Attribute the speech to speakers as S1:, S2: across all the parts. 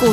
S1: 股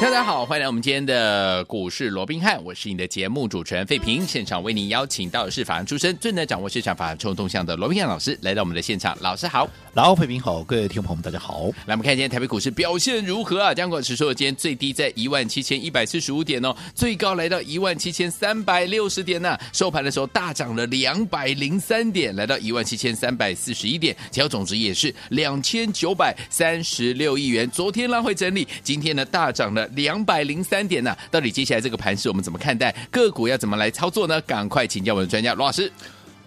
S2: 大家好，欢迎来我们今天的股市罗宾汉，我是你的节目主持人费平。现场为您邀请到的是法案出身、最能掌握市场法案冲动向的罗宾汉老师来到我们的现场。老师好，
S3: 老费平好，各位听众朋友们，大家好。
S2: 来我们看今天台北股市表现如何啊？将股指数今天最低在一万七千一百四十五点哦，最高来到一万七千三百六十点呢、收盘的时候大涨了两百零三点，来到一万七千三百四十一点，成交总值也是两千九百三十六亿元。昨天拉回整理，今天呢大涨了两百零三点呢、到底接下来这个盘势我们怎么看待？个股要怎么来操作呢？赶快请教我们的专家罗老师。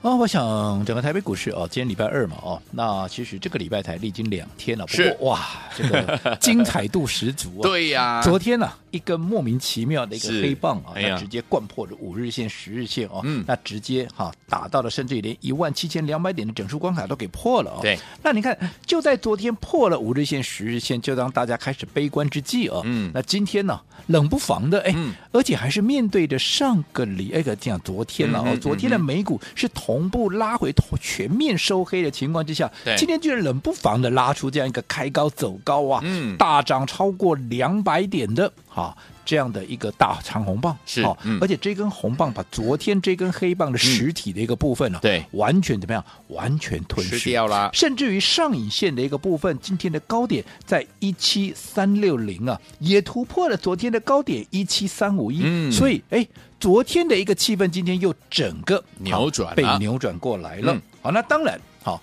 S3: 啊、我想整个台北股市啊，今天礼拜二嘛，哦，那其实这个礼拜才历经两天了，不
S2: 是
S3: 过哇，这个精彩度十足 啊。
S2: 对呀、
S3: 昨天呢、一根莫名其妙的一个
S2: 是
S3: 黑棒啊，
S2: 哎呀
S3: 那直接灌破了五日线、十日线哦，
S2: 嗯
S3: 那直接哈、打到了，甚至于连一万七千两百点的整数关卡都给破了哦。
S2: 对，
S3: 那你看，就在昨天破了五日线、十日线，就当大家开始悲观之际哦，
S2: 嗯
S3: 那今天呢、冷不防的哎，
S2: 嗯
S3: 而且还是面对着上个礼哎个这样昨天了哦，
S2: 嗯哼
S3: 昨天
S2: 嗯
S3: 的
S2: 哼
S3: 美股是同步拉回同全面收黑的情况之下
S2: 对，
S3: 今天居然冷不防的拉出这样一个开高走高啊，
S2: 嗯
S3: 大涨超过两百点的哈、这样的一个大长红棒
S2: 是
S3: 好
S2: 嗯
S3: 而且这根红棒把昨天这根黑棒的实体的一个部分呢、
S2: 对
S3: 完全怎么样，完全吞噬
S2: 吃掉啦
S3: 甚至于上影线的一个部分，今天的高点在一七三六零啊，也突破了昨天的高点一七三五
S2: 嗯
S3: 一，所以哎，昨天的一个气氛，今天又整个
S2: 扭转了
S3: 被扭转过来了。
S2: 嗯
S3: 好，那当然好，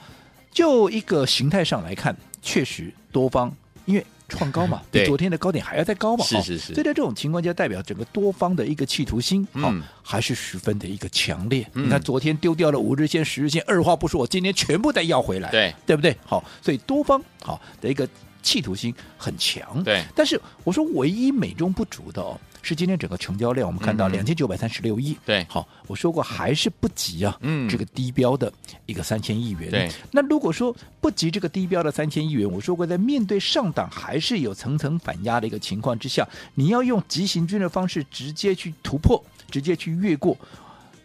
S3: 就一个形态上来看，确实多方因为。创高嘛，
S2: 对
S3: 比昨天的高点还要再高嘛，
S2: 是
S3: 哦
S2: 是是
S3: 所以在这种情况下，代表整个多方的一个企图心，
S2: 嗯
S3: 好、还是十分的一个强烈。
S2: 嗯
S3: 你看昨天丢掉了五日线、十日线，二话不说，我今天全部再要回来，
S2: 对
S3: 对不对？好，所以多方好的一个企图心很强，
S2: 对
S3: 但是我说唯一美中不足的哦，是今天整个成交量，我们看到
S2: 嗯
S3: 两千九百三十六亿。
S2: 对
S3: 好，我说过还是不及啊，
S2: 嗯
S3: 这个低标的一个三千亿元。
S2: 对，
S3: 那如果说不及这个低标的三千亿元，我说过在面对上档还是有层层反压的一个情况之下，你要用急行军的方式直接去突破，直接去越过。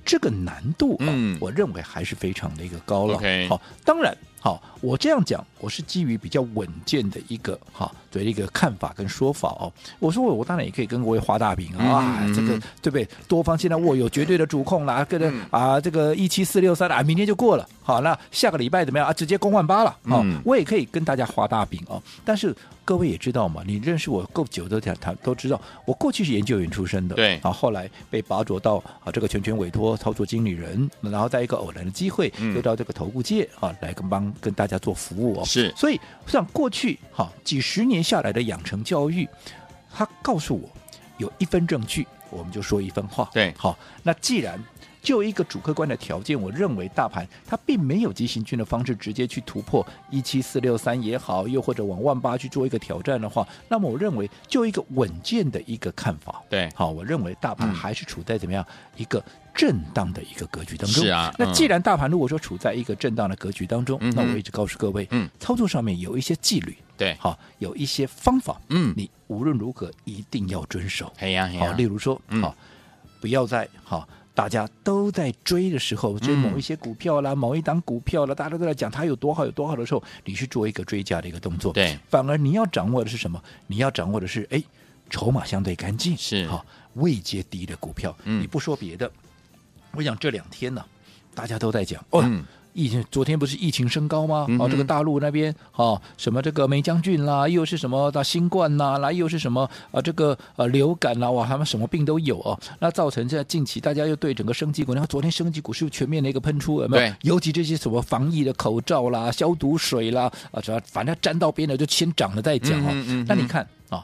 S3: 这个难度啊，
S2: 嗯
S3: 我认为还是非常的一个高了。
S2: OK
S3: 好，当然，好，我这样讲，我是基于比较稳健的一个哈对一个看法跟说法哦。我说我我当然也可以跟各位画大饼啊，
S2: 嗯
S3: 啊
S2: 嗯
S3: 这个对不对？多方现在握有绝对的主控啦，跟着、啊这个一七四六三啊，明天就过了。好，那下个礼拜怎么样啊？直接攻万八了哦。
S2: 嗯
S3: 我也可以跟大家画大饼哦。但是各位也知道嘛，你认识我够久的，他他都知道，我过去是研究员出身的，
S2: 对
S3: 啊，后来被拔擢到啊这个全权委托操作经理人，然后在一个偶然的机会，
S2: 嗯
S3: 又到这个投顾界啊来跟帮跟大家做服务哦。
S2: 是
S3: 所以像过去哈、几十年下来的养成教育，他告诉我有一分证据，我们就说一分话。
S2: 对
S3: 好，那既然就一个主客观的条件，我认为大盘它并没有急行军的方式直接去突破一七四六三也好，又或者往万八去做一个挑战的话，那么我认为就一个稳健的一个看法，
S2: 对
S3: 好，我认为大盘
S2: 嗯
S3: 还是处在怎么样、一个震荡的一个格局当中。
S2: 是啊
S3: 那
S2: 嗯
S3: 既然大盘如果说处在一个震荡的格局当中，
S2: 嗯哼
S3: 那我一直告诉各位，
S2: 嗯哎
S3: 操作上面有一些纪律，
S2: 对，
S3: 好，有一些方法，
S2: 嗯
S3: 你无论如何一定要遵守。
S2: 哎呀，哎
S3: 好，
S2: 呀
S3: 例如说，
S2: 嗯
S3: 好，不要在好大家都在追的时候，追
S2: 嗯
S3: 某一些股票啦、某一档股票啦，大家都在讲它有多好、有多好的时候，你去做一个追加的一个动作。
S2: 对，
S3: 反而你要掌握的是什么？你要掌握的是，哎，筹码相对干净，
S2: 是
S3: 好位阶低的股票。
S2: 嗯
S3: 你不说别的，我想这两天呢、大家都在讲哦。
S2: 嗯
S3: 疫情昨天不是疫情升高吗？
S2: 嗯
S3: 哦，
S2: 哼
S3: 这个大陆那边哦，什么这个梅将军啦，又是什么的新冠啦，来又是什么啊、呃这个呃流感啦，哇，他们什么病都有哦。那造成现在近期大家又对整个升级股，然后昨天升级股是不是全面的一个喷出，有没
S2: 对
S3: 有？尤其这些什么防疫的口罩啦、消毒水啦，啊，只要反正沾到边的就先涨了再讲哦。
S2: 嗯哼嗯哼
S3: 那你看啊、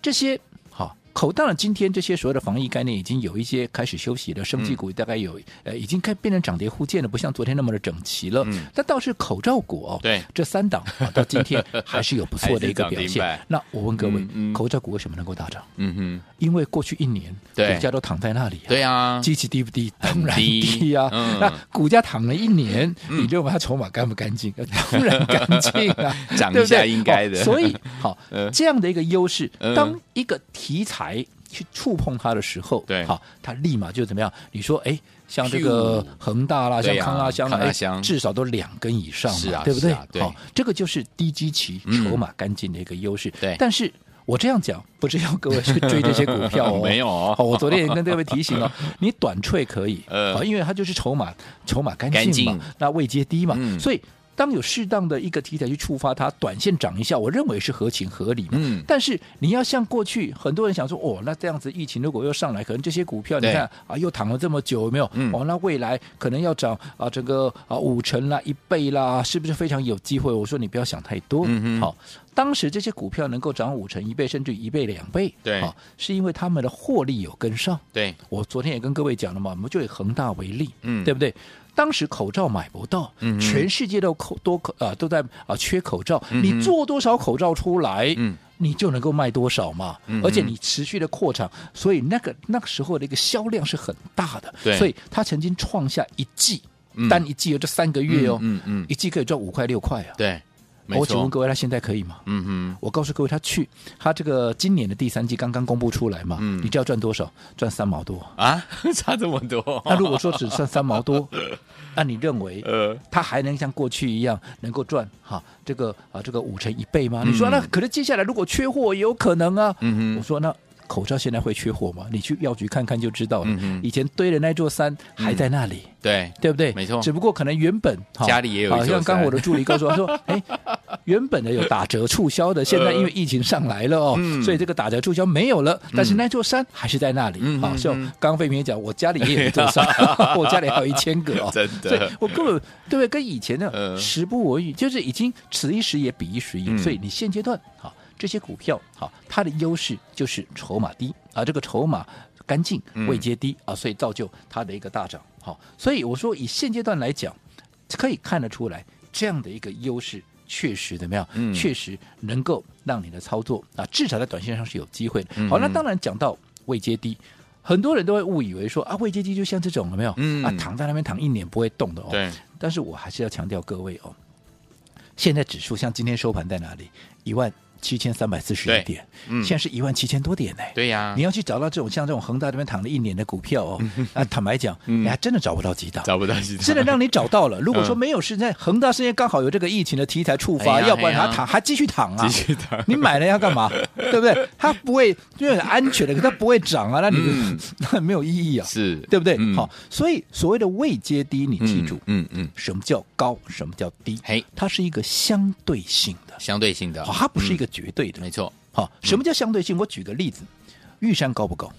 S3: 这些好、口当然今天这些所谓的防疫概念已经有一些开始休息了，生技股大概有、
S2: 嗯
S3: 呃已经开变成涨跌互见了，不像昨天那么的整齐了。
S2: 嗯
S3: 但倒是口罩股哦，
S2: 对
S3: 这三档、啊、到今天还是有不错的一个表
S2: 还是涨停
S3: 现
S2: 板。
S3: 那我问各位，
S2: 嗯嗯
S3: 口罩股为什么能够大涨？
S2: 嗯
S3: 因为过去一年
S2: 对
S3: 股价都躺在那里、
S2: 哼，对啊，
S3: 基期低不低？
S2: 很
S3: 当然
S2: 低
S3: 低呀、
S2: 嗯，
S3: 那股价躺了一年，你认为它筹码干不干净？ 当然干净啊
S2: 涨一
S3: 对不对
S2: 下应该的
S3: 哦所以，好
S2: 嗯，
S3: 这样的一个优势
S2: 嗯，
S3: 当一个题材去触碰它的时候，
S2: 对
S3: 好，它立马就怎么样？你说，哎。像这个
S2: 咻
S3: 恒大啦，像
S2: 对呀
S3: 康拉香啦，
S2: 康拉
S3: 哎
S2: 香
S3: 至少都两根以上
S2: 是啊
S3: 嘛，对不对
S2: 是啊？对
S3: 好，这个就是低基期
S2: 嗯
S3: 筹码干净的一个优势。
S2: 对
S3: 但是我这样讲不是要各位去追这些股票哦，
S2: 没有哦
S3: 好，我昨天也跟各位提 醒了，你短脆可以，啊
S2: 呃
S3: 好，因为它就是筹码筹码干
S2: 干
S3: 净嘛，
S2: 净
S3: 那位阶低嘛，
S2: 嗯
S3: 所以。当有适当的一个题材去触发它，短线涨一下，我认为是合情合理嘛。
S2: 嗯
S3: 但是你要像过去很多人想说，哦，那这样子疫情如果又上来，可能这些股票你
S2: 对
S3: 看啊又躺了这么久，有没有？
S2: 嗯
S3: 哦，那未来可能要涨啊这个啊五成啦、一倍啦，是不是非常有机会？我说你不要想太多。
S2: 嗯哼
S3: 好，当时这些股票能够涨五成、一倍，甚至一倍、两倍，
S2: 对
S3: 好，是因为他们的获利有跟上。
S2: 对，
S3: 我昨天也跟各位讲了嘛，我们就以恒大为例，
S2: 嗯
S3: 对不对？当时口罩买不到，
S2: 嗯哼
S3: 全世界都口多口啊、都在啊、缺口罩，
S2: 嗯哼
S3: 你做多少口罩出来，
S2: 嗯
S3: 你就能够卖多少嘛，
S2: 嗯哼
S3: 而且你持续的扩产，所以那个那个时候的一个销量是很大的，
S2: 对
S3: 所以它曾经创下一季、
S2: 嗯
S3: 单一季有这三个月哦，
S2: 嗯嗯嗯
S3: 一季可以赚五块六块啊，
S2: 对，没
S3: 我请问
S2: 错，
S3: 各位，它现在可以吗？
S2: 嗯
S3: 我告诉各位，他去他这个今年的第三季刚刚公布出来嘛，
S2: 嗯
S3: 你知道赚多少？赚三 毛多。
S2: 哼，啊，差这么多，
S3: 那如果说只剩三毛多， 那你认为
S2: 呃，
S3: 它还能像过去一样能够赚哈这个啊这个五成一倍吗？你
S2: 嗯
S3: 说那可能接下来如果缺货也有可能啊。
S2: 嗯哼
S3: 我说那口罩现在会缺货吗？你去药局看看就知道了
S2: 嗯哼。
S3: 以前堆的那座山还在那里。
S2: 对，
S3: 对不对？
S2: 没错
S3: 只不过可能原本哈
S2: 家里也有一
S3: 啊
S2: 座
S3: 像刚
S2: 山
S3: 我的助理跟我说， 他说：“哎，原本的有打折促销的，现在因为疫情上来了哦，
S2: 呃嗯
S3: 所以这个打折促销没有了，但是那座山还是在那里。
S2: 嗯
S3: 好，
S2: 嗯
S3: 像
S2: 嗯
S3: 刚飞明也讲，我家里也有一座 山，我家里还有一千个哦，
S2: 真的
S3: 所以我根本对不对？跟以前
S2: 呃
S3: 的时不我与，就是已经此一时也彼一时也，
S2: 嗯
S3: 所以你现阶段好。”这些股票好，它的优势就是筹码低啊，这个筹码干净
S2: 嗯，
S3: 位阶低、啊，所以造就它的一个大涨。好，所以我说以现阶段来讲，可以看得出来这样的一个优势。确实怎么样？
S2: 嗯
S3: 确实能够让你的操作啊，至少在短线上是有机会的。
S2: 嗯
S3: 好，那当然讲到未接低，很多人都会误以为说啊，未接低就像这种有没有？
S2: 嗯
S3: 啊，躺在那边躺一年不会动的哦。
S2: 对，
S3: 但是我还是要强调各位哦，现在指数像今天收盘在哪里？一万七千三百四十
S2: 对
S3: 一点，
S2: 嗯
S3: 现在是一万七千多点呢、
S2: 对啊呀
S3: 你，要去找到这种像这种恒大这边躺了一年的股票哦，啊，坦白讲，你还真的找不到几
S2: 嗯
S3: 档。
S2: 找不到其他，
S3: 真的让你找到了。如果说
S2: 嗯
S3: 没有是在恒大事业刚好有这个疫情的题材触发，
S2: 哎呀
S3: 要不
S2: 哎
S3: 然
S2: 呀
S3: 他躺还继续躺 啊，
S2: 继续躺
S3: 你买了要 干嘛？对不对？它不会，因为很安全的，可它不会涨啊，那你、
S2: 嗯
S3: 那没有意义啊，
S2: 是，
S3: 对不对？
S2: 嗯
S3: 好，，所以所谓的未接低，你
S2: 嗯
S3: 记住，
S2: 嗯嗯，
S3: 什么叫高，什么叫低，
S2: 嘿，
S3: 它是一个相对性的，
S2: 相对性的
S3: 好，，它不是一
S2: 个，
S3: 个绝对的。
S2: 没错，
S3: 好，什么叫相对性？我举个例子，玉山高不高？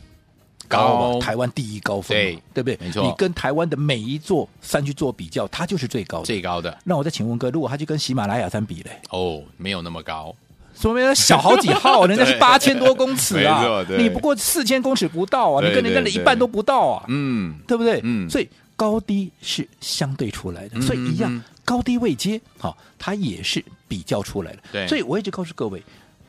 S2: 高
S3: 吧台湾第一高峰嘛，
S2: 对
S3: 对不对？
S2: 没错
S3: 你跟台湾的每一座山去做比较，它就是最高的。
S2: 最高的
S3: 那我再请问哥，如果他去跟喜马拉雅山比嘞，
S2: 哦，没有那么高，
S3: 说明他 小好几号，人 家是八千多公尺
S2: 没
S3: 啊
S2: 错，对
S3: 你不过四千公尺不到啊，你
S2: 对
S3: 跟人家的
S2: 对
S3: 一半都不到啊，
S2: 嗯，
S3: 对不对？
S2: 嗯
S3: 所以高低是相对出来的，
S2: 嗯
S3: 所以一样、
S2: 嗯嗯
S3: 高低位阶，好、它也是比较出来的。
S2: 对
S3: 所以我一直告诉各位，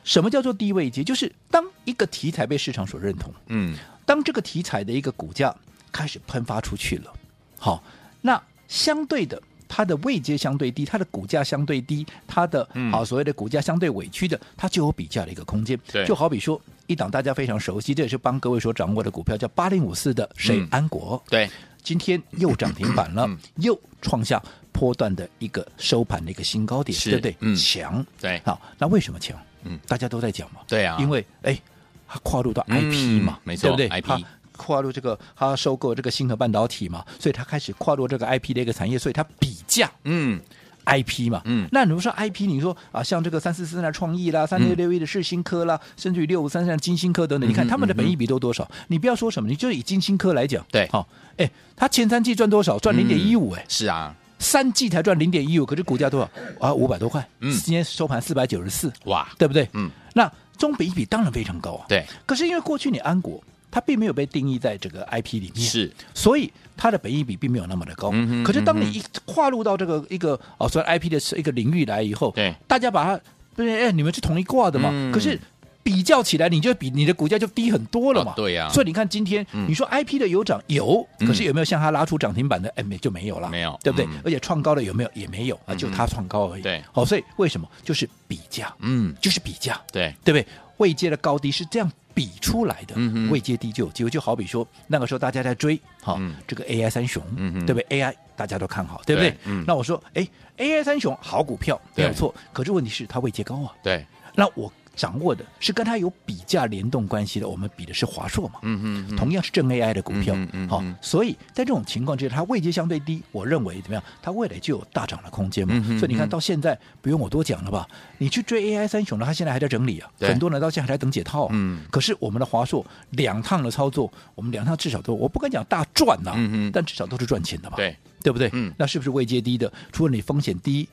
S3: 什么叫做低位阶？就是当一个题材被市场所认同，
S2: 嗯，
S3: 当这个题材的一个股价开始喷发出去了，好，那相对的。它的位阶相对低，它的股价相对低，它的
S2: 嗯
S3: 啊所谓的股价相对委屈的，它就有比价的一个空间
S2: 对。
S3: 就好比说一档大家非常熟悉，这也是帮各位所掌握的股票，叫八零五四的谁、
S2: 嗯
S3: 安国。
S2: 对，
S3: 今天又涨停板
S2: 嗯
S3: 了，又创下波段的一个收盘的一个新高点，
S2: 是
S3: 对不对？
S2: 嗯
S3: 强，
S2: 对
S3: 好，那为什么强？
S2: 嗯
S3: 大家都在讲嘛，
S2: 对啊
S3: 因为哎，它跨入到
S2: 嗯
S3: IP 嘛，
S2: 没错
S3: 对不对
S2: IP
S3: 它跨入这个，它收购这个星河半导体嘛，所以它开始跨入这个 IP 的一个产业，所以它比价
S2: 嗯，
S3: IP 嘛，
S2: 嗯
S3: 那你说 IP，你说啊，像这个三四四那创意啦，三六六一的世新科啦，甚至于六五三三金星科等
S2: 嗯
S3: 等，你看他们的本益比都多少？你不要说什么，你就以金星科来讲，
S2: 对
S3: 好、哎，它前三季赚多少？赚零点一五，哎，
S2: 是啊，
S3: 三季才赚零点一五，可是股价多少啊？五百多块，
S2: 嗯
S3: 今天收盘四百九十四，
S2: 哇，
S3: 对不对？
S2: 嗯，
S3: 那中比一比当然非常高啊。
S2: 对，
S3: 可是因为过去你安国它并没有被定义在这个 IP 里面，
S2: 是
S3: 所以它的本益比并没有那么的高。
S2: 嗯哼
S3: 可是当你一跨入到这个一个哦，算 IP 的是一个领域来以后，
S2: 对，
S3: 大家把它不是哎，你们是同一挂的嘛？
S2: 嗯
S3: 可是。比较起来，你就比你的股价就低很多了嘛？
S2: 哦对呀
S3: 所以你看今天，
S2: 嗯
S3: 你说 I P 的有涨有，
S2: 嗯
S3: 可是有没有像它拉出涨停板的？哎，没就没有了，
S2: 没有
S3: 对不对
S2: 嗯？
S3: 而且创高的有没有？也没有啊，
S2: 嗯
S3: 就它创高而已。
S2: 对，
S3: 好，所以为什么就是比价，
S2: 嗯，
S3: 就是比价，
S2: 对，
S3: 对不对？位阶的高低是这样比出来的，
S2: 嗯哼
S3: 位阶低就有机会。就好比说那个时候大家在追，好、
S2: 嗯
S3: 这个 AI 三雄，
S2: 嗯哼
S3: 对不对？AI 大家都看好，对不对？
S2: 对嗯
S3: 那我说，哎，AI 三雄好股票没
S2: 对
S3: 有错，可是问题是它位阶高啊，
S2: 对，
S3: 那我掌握的是跟它有比价联动关系的，我们比的是华硕嘛。
S2: 嗯哼嗯，
S3: 同样是正 AI 的股票，好、
S2: 嗯嗯嗯嗯
S3: 所以在这种情况之下，它位阶相对低，我认为怎么样？它未来就有大涨的空间嘛。
S2: 嗯哼
S3: 所以
S2: 嗯
S3: 你看到现在，不用我多讲了吧？你去追 AI 三雄了，它现在还在整理啊，
S2: 对
S3: 很多人到现在还在等解套、啊。
S2: 嗯
S3: 可是我们的华硕两趟的操作，我们两趟至少都，我不敢讲大赚呐、
S2: 嗯哼
S3: 但至少都是赚钱的吧？
S2: 对，
S3: 对不对？
S2: 嗯
S3: 那是不是位阶低的？除了你风险低。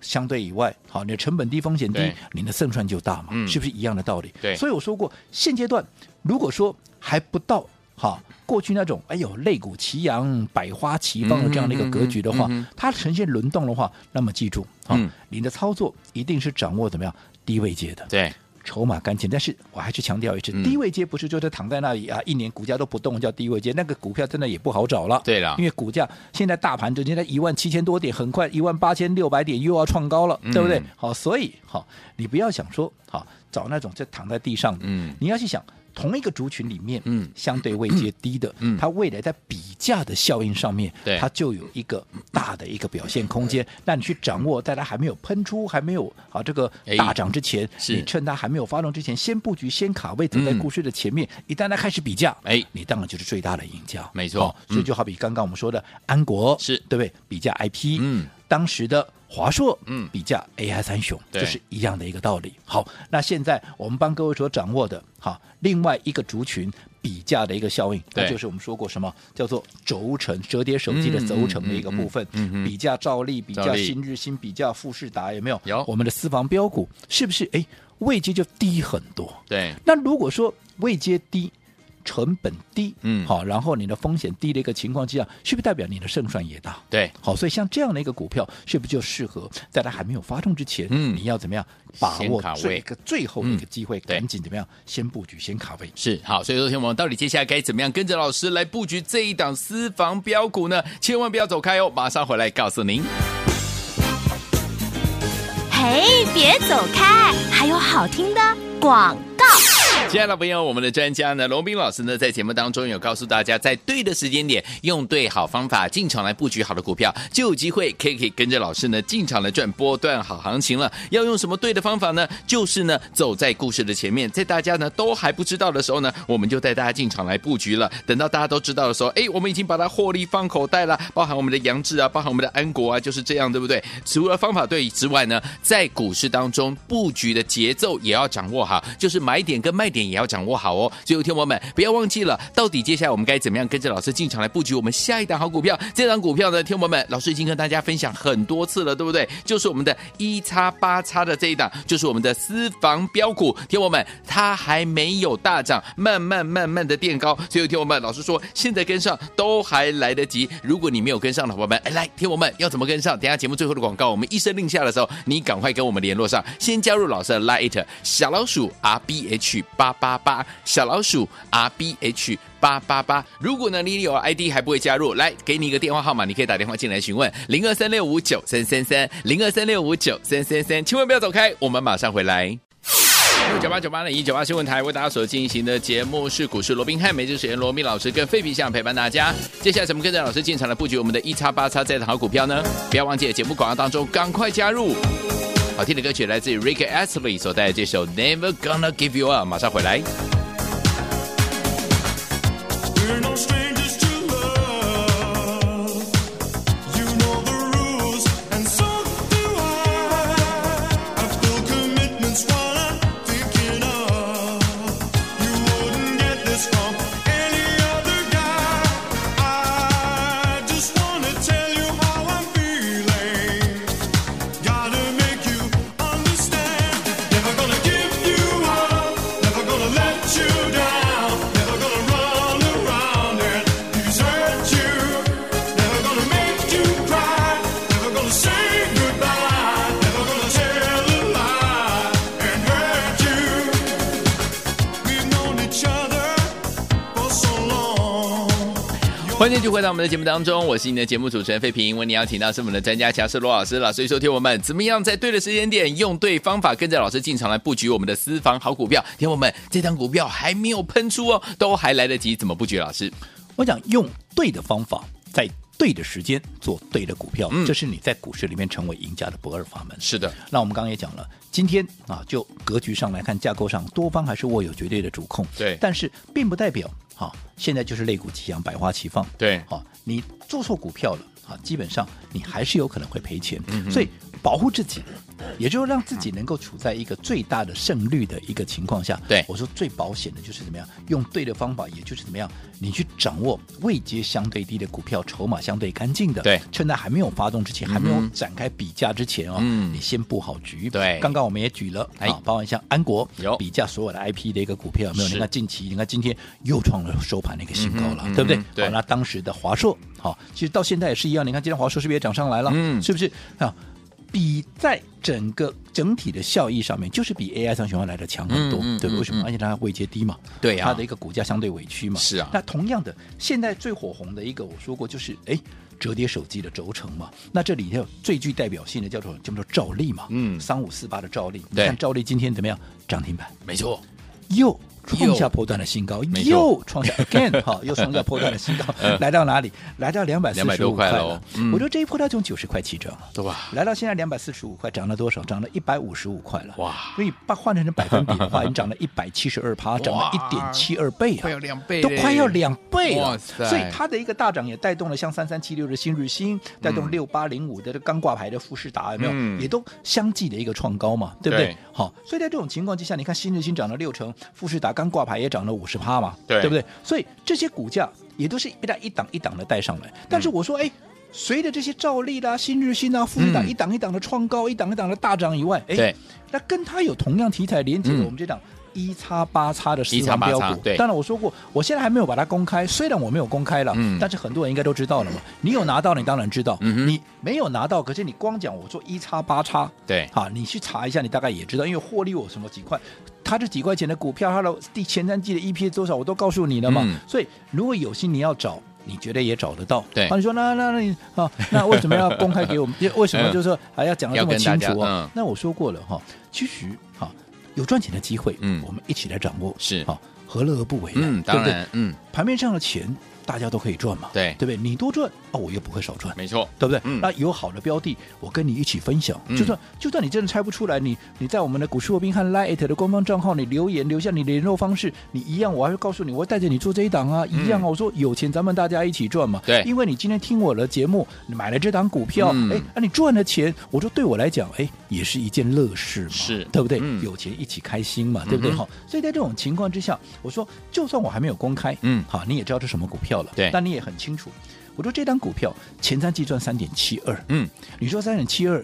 S3: 相对以外，好，你的成本低，风险低
S2: 对，
S3: 你的胜算就大嘛，
S2: 嗯
S3: 是不是一样的道理？
S2: 对
S3: 所以我说过，现阶段如果说还不到哈过去那种哎呦肋骨齐扬、百花齐放的这样的一个格局的话，
S2: 嗯嗯嗯嗯
S3: 它呈现轮动的话，那么记住啊，
S2: 嗯
S3: 你的操作一定是掌握怎么样低位阶的，
S2: 对，
S3: 筹码干净，但是我还是强调一次，
S2: 嗯
S3: 低位阶不是就是躺在那里啊，一年股价都不动叫低位阶，那个股票真的也不好找了。
S2: 对啦
S3: 因为股价现在大盘直接在一万七千多点，很快一万八千六百点又要创高了，
S2: 嗯
S3: 对不对？好，所以好，你不要想说好找那种就躺在地上的，
S2: 嗯
S3: 你要去想。同一个族群里面，
S2: 嗯
S3: 相对位阶低的，
S2: 嗯
S3: 它未来在比价的效应上面，
S2: 对
S3: 它就有一个大的一个表现空间。那你去掌握，在它还没有喷出、还没有啊这个
S2: 哎
S3: 大涨之前，
S2: 是
S3: 你趁它还没有发动之前，先布局、先卡位，走在
S2: 嗯
S3: 故事的前面。一旦它开始比价，
S2: 哎
S3: 你当然就是最大的赢家。
S2: 没错
S3: 哦所以
S2: 嗯
S3: 就好比刚刚我们说的安国，
S2: 是
S3: 对不对？比价 IP，
S2: 嗯，
S3: 当时的华硕，
S2: 嗯
S3: 比价 AI 三雄，
S2: 对
S3: 这是一样的一个道理。好，那现在我们帮各位所掌握的，好，另外一个族群。比价的一个效应，
S2: 对
S3: 那就是我们说过什么叫做轴承折叠手机的
S2: 嗯
S3: 轴承的一个部分，
S2: 嗯嗯嗯嗯
S3: 比价兆利，比
S2: 兆
S3: 价
S2: 利
S3: 新日新，比价富士达，有没有？
S2: 有
S3: 我们的私房标股是不是？哎，位阶就低很多。
S2: 对，
S3: 那如果说位阶低，成本低，
S2: 嗯
S3: 好，然后你的风险低的一个情况之下，是不是代表你的胜算也大？
S2: 对，
S3: 好，所以像这样的一个股票，是不是就适合在它还没有发动之前，
S2: 嗯
S3: 你要怎么样把
S2: 先
S3: 握
S2: 卡位
S3: 这个最后的一个机会，
S2: 对
S3: 赶紧怎么样先布局，先卡位。
S2: 是好，所以昨天我们到底接下来该怎么样跟着老师来布局这一档私房标股呢？千万不要走开哦，马上回来告诉您。
S1: 嘿，别走开，还有好听的广告。
S2: 亲爱的朋友，我们的专家呢，龙斌老师呢，在节目当中有告诉大家，在对的时间点，用对好方法进场来布局好的股票，就有机会可以可以跟着老师呢进场来赚波段好行情了。要用什么对的方法呢？就是呢，走在故事的前面，在大家呢都还不知道的时候呢，我们就带大家进场来布局了。等到大家都知道的时候，哎，我们已经把它获利放口袋了，包含我们的杨志啊，包含我们的安国啊，就是这样，对不对？除了方法对之外呢，在股市当中布局的节奏也要掌握好，就是买点跟卖点也要掌握好哦。所以，听友们不要忘记了，到底接下来我们该怎么样跟着老师进场来布局我们下一档好股票？这档股票呢，听友们，老师已经跟大家分享很多次了，对不对？就是我们的一叉八叉的这一档，就是我们的私房标股。听友们，它还没有大涨，慢慢慢慢的垫高，所以听友们，老师说现在跟上都还来得及。如果你没有跟上的伙伴们，哎，来，听友们要怎么跟上？等一下节目最后的广告，我们一声令下的时候，你赶快跟我们联络上，先加入老师的 Lite 小老鼠 R B H 八八八，小老鼠 R B H。八八八。如果呢你有 ID 还不会加入，来给你一个电话号码，你可以打电话进来询问零二三六五九三三三零二三六五九三三三，千万不要走开，我们马上回来。九八九八零一九八新闻台为大家所进行的节目是股市罗宾汉，每日时间罗宾老师跟费皮相陪伴大家。接下来怎么跟着老师进场来布局我们的一叉八叉这档好股票呢？不要忘记了节目广告当中赶快加入。好听的歌曲来自于 Rick Astley 所带来这首 Never Gonna Give You Up，马上回来。
S4: We're no strangers to love. You know the rules, and so do I. I feel commitments while I'm thinking of. You wouldn't get this from any other guy. I just wanna tell you how I'm feeling. Gotta make you understand. Never gonna give you up.
S2: 欢迎继续回到我们的节目当中，我是你的节目主持人费平。为你邀请到是我们的专家乔世罗老师了，所以说听我们怎么样在对的时间点，用对方法，跟着老师进场来布局我们的私房好股票。听我们这张股票还没有喷出哦，都还来得及，怎么布局？老师，
S3: 我讲用对的方法，在对的时间做对的股票，
S2: 嗯
S3: 这是你在股市里面成为赢家的不二法门。
S2: 是的，
S3: 那我们刚刚也讲了，今天啊，就格局上来看，架构上多方还是握有绝对的主控。
S2: 对
S3: 但是并不代表啊，现在就是肋骨齐扬，百花齐放。
S2: 对
S3: 啊，你做错股票了啊，基本上你还是有可能会赔钱。
S2: 嗯
S3: 所以保护自己，也就是让自己能够处在一个最大的胜率的一个情况下。
S2: 对
S3: 我说最保险的就是怎么样，用对的方法，也就是怎么样，你去掌握位阶相对低的股票，筹码相对干净的。
S2: 对
S3: 趁它还没有发动之前，还
S2: 嗯
S3: 没有
S2: 哼
S3: 展开比价之前哦，
S2: 嗯
S3: 你先布好局。
S2: 对
S3: 刚刚我们也举了
S2: 哎
S3: 啊，包含像安国
S2: 有
S3: 比价所有的 IP 的一个股票，有没有？
S2: 是
S3: 你看近期，你看今天又创了收盘的一个新高了，
S2: 嗯哼
S3: 对不对？
S2: 嗯哼对
S3: 好，那啊当时的华硕，好，其实到现在也是一样。你看今天华硕是不是也涨上来了？
S2: 嗯
S3: 是不是啊？比在整个整体的效益上面，就是比 AI 上雄要来的强很多，
S2: 嗯嗯
S3: 对不对？
S2: 嗯
S3: 为什么？
S2: 嗯
S3: 而且它位阶低嘛，
S2: 对啊
S3: 它的一个股价相对委屈嘛，
S2: 是啊
S3: 那同样的，现在最火红的一个，我说过就是哎。折叠手机的轴承嘛，那这里头最具代表性的叫做叫做兆利嘛，
S2: 嗯
S3: 三五四八的兆利，你
S2: 对
S3: 看兆利今天怎么样？涨停板
S2: 没错，
S3: 又
S2: 又
S3: 创下波段的新高，
S2: 没错
S3: 又创下 again 哈，又创下波段的新高，来到哪里？来到两百四
S2: 200
S3: 十
S2: 多
S3: 五
S2: 块
S3: 块
S2: 了
S3: 了
S2: 哦。嗯
S3: 我说这一波它从九十块起涨了，
S2: 对吧？
S3: 来到现在两百四十五块，涨了多少？涨了一百五十五块了。
S2: 哇
S3: 所以把换成成百分比的话，已 经涨了一百七十二趴，涨了一点七二倍啊，
S2: 快要两倍
S3: 都
S2: 嘞
S3: 快要两倍
S2: 哇
S3: 了。
S2: 塞
S3: 所以它的一个大涨也带动了像三三七六的新日新，带动六八零五的这刚挂牌的富士达，有没有？
S2: 嗯
S3: 也都相继的一个创高嘛，对不对？
S2: 对
S3: 好，所以在这种情况之下，你看新日新涨了六成，富士达刚挂牌也涨了五十趴嘛，
S2: 对
S3: 不对？所以这些股价也都是被它一档一档的带上来。但是我说，哎、随着这些兆利啦、新日新啊、富士达
S2: 嗯
S3: 一档一档的创高、一档一档的大涨以外，哎
S2: 对，
S3: 那跟它有同样题材连接的，
S2: 嗯
S3: 我们这档一叉八叉的私房标
S2: 1x8x
S3: 股，
S2: 对
S3: 当然我说过，我现在还没有把它公开，虽然我没有公开了，
S2: 嗯
S3: 但是很多人应该都知道了嘛。你有拿到，你当然知道；
S2: 嗯哼
S3: 你没有拿到，可是你光讲我做一叉八叉，
S2: 对
S3: 啊，你去查一下，你大概也知道，因为获利我什么几块，它这几块钱的股票，它的第前三季的 EPS 多少，我都告诉你了嘛。
S2: 嗯
S3: 所以如果有心你要找。你觉得也找得到？
S2: 对
S3: 啊，你说那那那你啊， 那为什么要公开给我们？为什么就是 说还要讲的这么清
S2: 要跟
S3: 楚
S2: 大
S3: 啊？
S2: 家嗯
S3: 那我说过了哈、其实哈、有赚钱的机会，
S2: 嗯
S3: 我们一起来掌握，
S2: 是
S3: 好、何乐而不为呢？
S2: 嗯，
S3: 对
S2: 当
S3: 不对
S2: 然？，嗯，
S3: 盘面上的钱大家都可以赚嘛，
S2: 对
S3: 对不对？你多赚啊，我又不会少赚，
S2: 没错，
S3: 对不对？
S2: 嗯
S3: 那有好的标的，我跟你一起分享。
S2: 嗯
S3: 就算就算你真的猜不出来，你你在我们的股市罗宾汉 Lite 的官方账号，你留言留下你的联络方式，你一样，我还会告诉你，我会带着你做这一档啊，一样啊。我说有钱咱们大家一起赚嘛。
S2: 嗯对
S3: 因为你今天听我的节目，你买了这档股票，哎、
S2: 嗯
S3: 那、你赚了钱，我说对我来讲，哎，也是一件乐事嘛，
S2: 是
S3: 对不对？
S2: 嗯
S3: 有钱一起开心嘛，对不对？
S2: 嗯哼
S3: 好、所以在这种情况之下，我说就算我还没有公开，
S2: 嗯
S3: 好，你也知道这什么股票了，
S2: 对
S3: 但你也很清楚。我说这张股票前三季赚三点七二，
S2: 嗯，
S3: 你说三点七二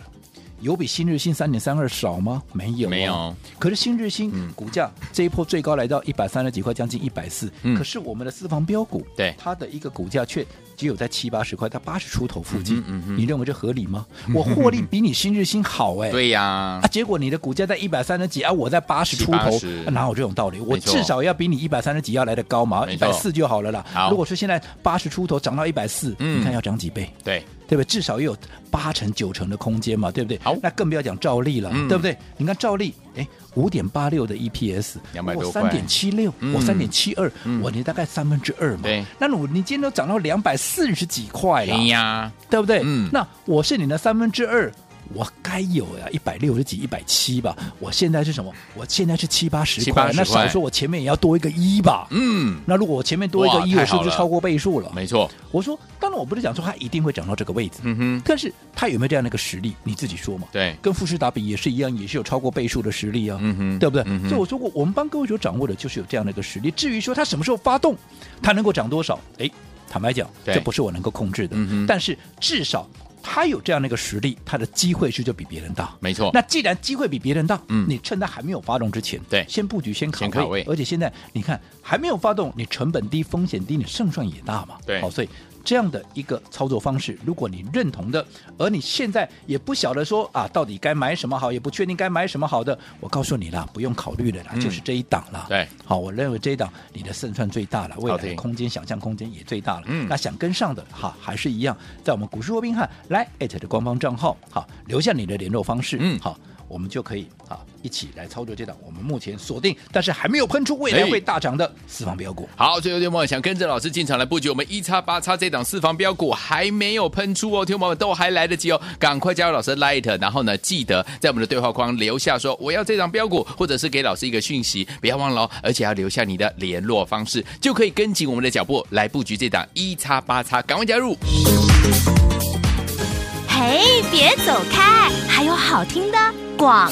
S3: 有比新日新三点三二少吗？没有、啊
S2: 没有。嗯
S3: 可是新日新股价这一波最高来到一百三十几块，将近一百四
S2: 嗯。
S3: 可是我们的私房标股，
S2: 对
S3: 它的一个股价却只有在七八十块，它八十出头附近。
S2: 嗯哼嗯哼
S3: 你认为这合 理吗？我获利比你新日新好哎、
S2: 对呀、
S3: 啊，结果你的股价在一百三十几啊，我在八十出头
S2: 70，
S3: 啊哪有这种道理？我
S2: 没错
S3: 至少要比你一百三十几要来的高嘛，
S2: 没
S3: 一
S2: 错
S3: 百四就好了啦
S2: 好。
S3: 如果说现在八十出头涨到一百四，
S2: 嗯
S3: 你看要涨几倍？
S2: 对，
S3: 对不对？至少也有八成九成的空间嘛，对不对
S2: 好？
S3: 那更不要讲照例了，
S2: 嗯
S3: 对不对？你看照例，哎，五点八六的 EPS，
S2: 200多
S3: 我
S2: 块
S3: 三点七六，
S2: 嗯
S3: 我三点七二
S2: 嗯，
S3: 我你大概三分之二嘛
S2: 对。
S3: 那我你今天都涨到两百四十几块了
S2: 哎，呀、
S3: 对不对？
S2: 嗯
S3: 那我是你的三分之二。我该有呀，一百六十几，一百七吧。我现在是什么？我现在是七八十
S2: 七
S3: 块，
S2: 八十
S3: 那
S2: 块
S3: 少说我前面也要多一个一吧。
S2: 嗯，
S3: 那如果我前面多一个
S2: 哇
S3: 一，
S2: 太好
S3: 我是
S2: 了
S3: 不是超过倍数了？
S2: 没错，
S3: 我说，当然我不是讲说它一定会涨到这个位置，
S2: 嗯哼，
S3: 但是它有没有这样的一个实力，你自己说嘛。
S2: 对，
S3: 跟富士达比也是一样，也是有超过倍数的实力啊，
S2: 嗯哼
S3: 对不对？
S2: 嗯哼
S3: 所以我说过，我们帮各位所掌握的就是有这样的一个实力。至于说它什么时候发动，它能够涨多少，哎，坦白讲，
S2: 对
S3: 这不是我能够控制的。
S2: 嗯哼
S3: 但是至少它有这样的一个实力，它的机会是就比别人大。
S2: 没错，
S3: 那既然机会比别人大，
S2: 嗯
S3: 你趁它还没有发动之前，
S2: 对
S3: 先布局，先卡
S2: 先
S3: 位，
S2: 卡位
S3: 而且现在你看还没有发动，你成本低，风险低，你胜算也大嘛。
S2: 对
S3: 好，所以这样的一个操作方式，如果你认同的，而你现在也不晓得说啊，到底该买什么好，也不确定该买什么好的，我告诉你啦，不用考虑的啦，
S2: 嗯
S3: 就是这一档啦。
S2: 对，
S3: 好，我认为这一档你的胜算最大了，未来
S2: 好
S3: 的
S2: 听
S3: 空间想象空间也最大了。
S2: 嗯
S3: 那想跟上的哈，还是一样，在我们股市罗宾汉来 at 的官方账号，好，留下你的联络方式，
S2: 嗯
S3: 好。我们就可以啊，一起来操作这档我们目前锁定，但是还没有喷出未来
S2: 哎
S3: 会大涨的私房标股。
S2: 好，最后天们想跟着老师进场来布局我们一叉八叉这档四房标股，还没有喷出哦，听友们都还来得及哦，赶快加入老师 Light，然后呢，记得在我们的对话框留下说我要这档标股，或者是给老师一个讯息，不要忘了哦，而且要留下你的联络方式，就可以跟紧我们的脚步来布局这档一叉八叉，赶快加入。
S1: 嘿，别走开，还有好听的广。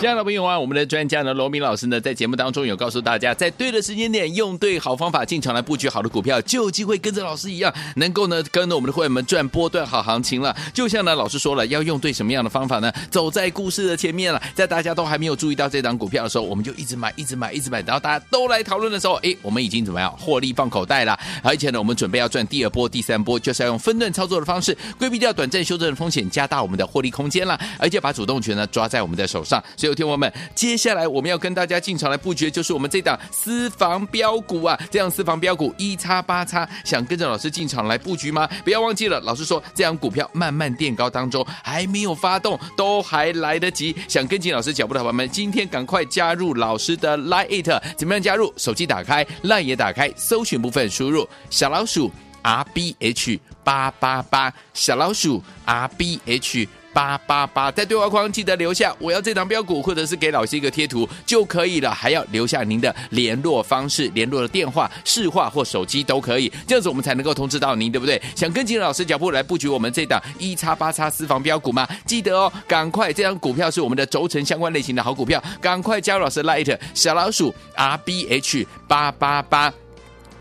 S2: 亲爱的朋友啊，我们的专家呢，罗明老师呢，在节目当中有告诉大家，在对的时间点，用对好方法进场来布局好的股票，就有机会跟着老师一样，能够呢跟着我们的会员们赚波段好行情了。就像呢，老师说了，要用对什么样的方法呢？走在故事的前面了，在大家都还没有注意到这档股票的时候，我们就一直买，一直买，一直买，然后大家都来讨论的时候，哎，我们已经怎么样获利放口袋了？而且呢，我们准备要赚第二波、第三波，就是要用分段操作的方式，规避掉短暂修正的风险，加大我们的获利空间啦，而且把主动权呢抓在我们的手上。所以，听友们，接下来我们要跟大家进场来布局，的就是我们这档私房标股啊，这样私房标股一叉八叉，想跟着老师进场来布局吗？不要忘记了，老师说这样股票慢慢垫高当中还没有发动，都还来得及。想跟紧老师脚步的伙伴们，今天赶快加入老师的 Line It，怎么样加入？手机打开，Line 也打开，搜寻部分输入小老鼠 R B H 八八八，小老鼠 R B H。八八八，在对话框记得留下我要这档标股，或者是给老师一个贴图就可以了，还要留下您的联络方式、联络的电话、市话或手机都可以，这样子我们才能够通知到您，对不对？想跟紧老师脚步来布局我们这档一叉八叉私房标股吗？记得哦，赶快，这张股票是我们的轴承相关类型的好股票，赶快加入老师 Light 小老鼠 R B H 八八八。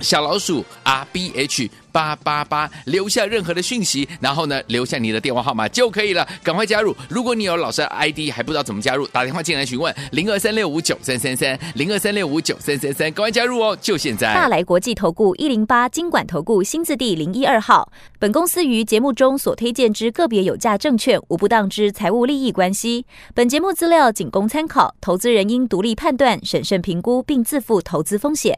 S2: 小老鼠 R B H 八八八，留下任何的讯息，然后呢，留下你的电话号码就可以了，赶快加入。如果你有老师的 ID 还不知道怎么加入，打电话进来询问零二三六五九三三三零二三六五九三三三，赶快加入哦，就现在
S5: 大。来国际投顾一零八金管投顾新字第零一二号。本公司于节目中所推荐之个别有价证券，无不当之财务利益关系。本节目资料仅供参考，投资人应独立判断、审慎评估，并自负投资风险。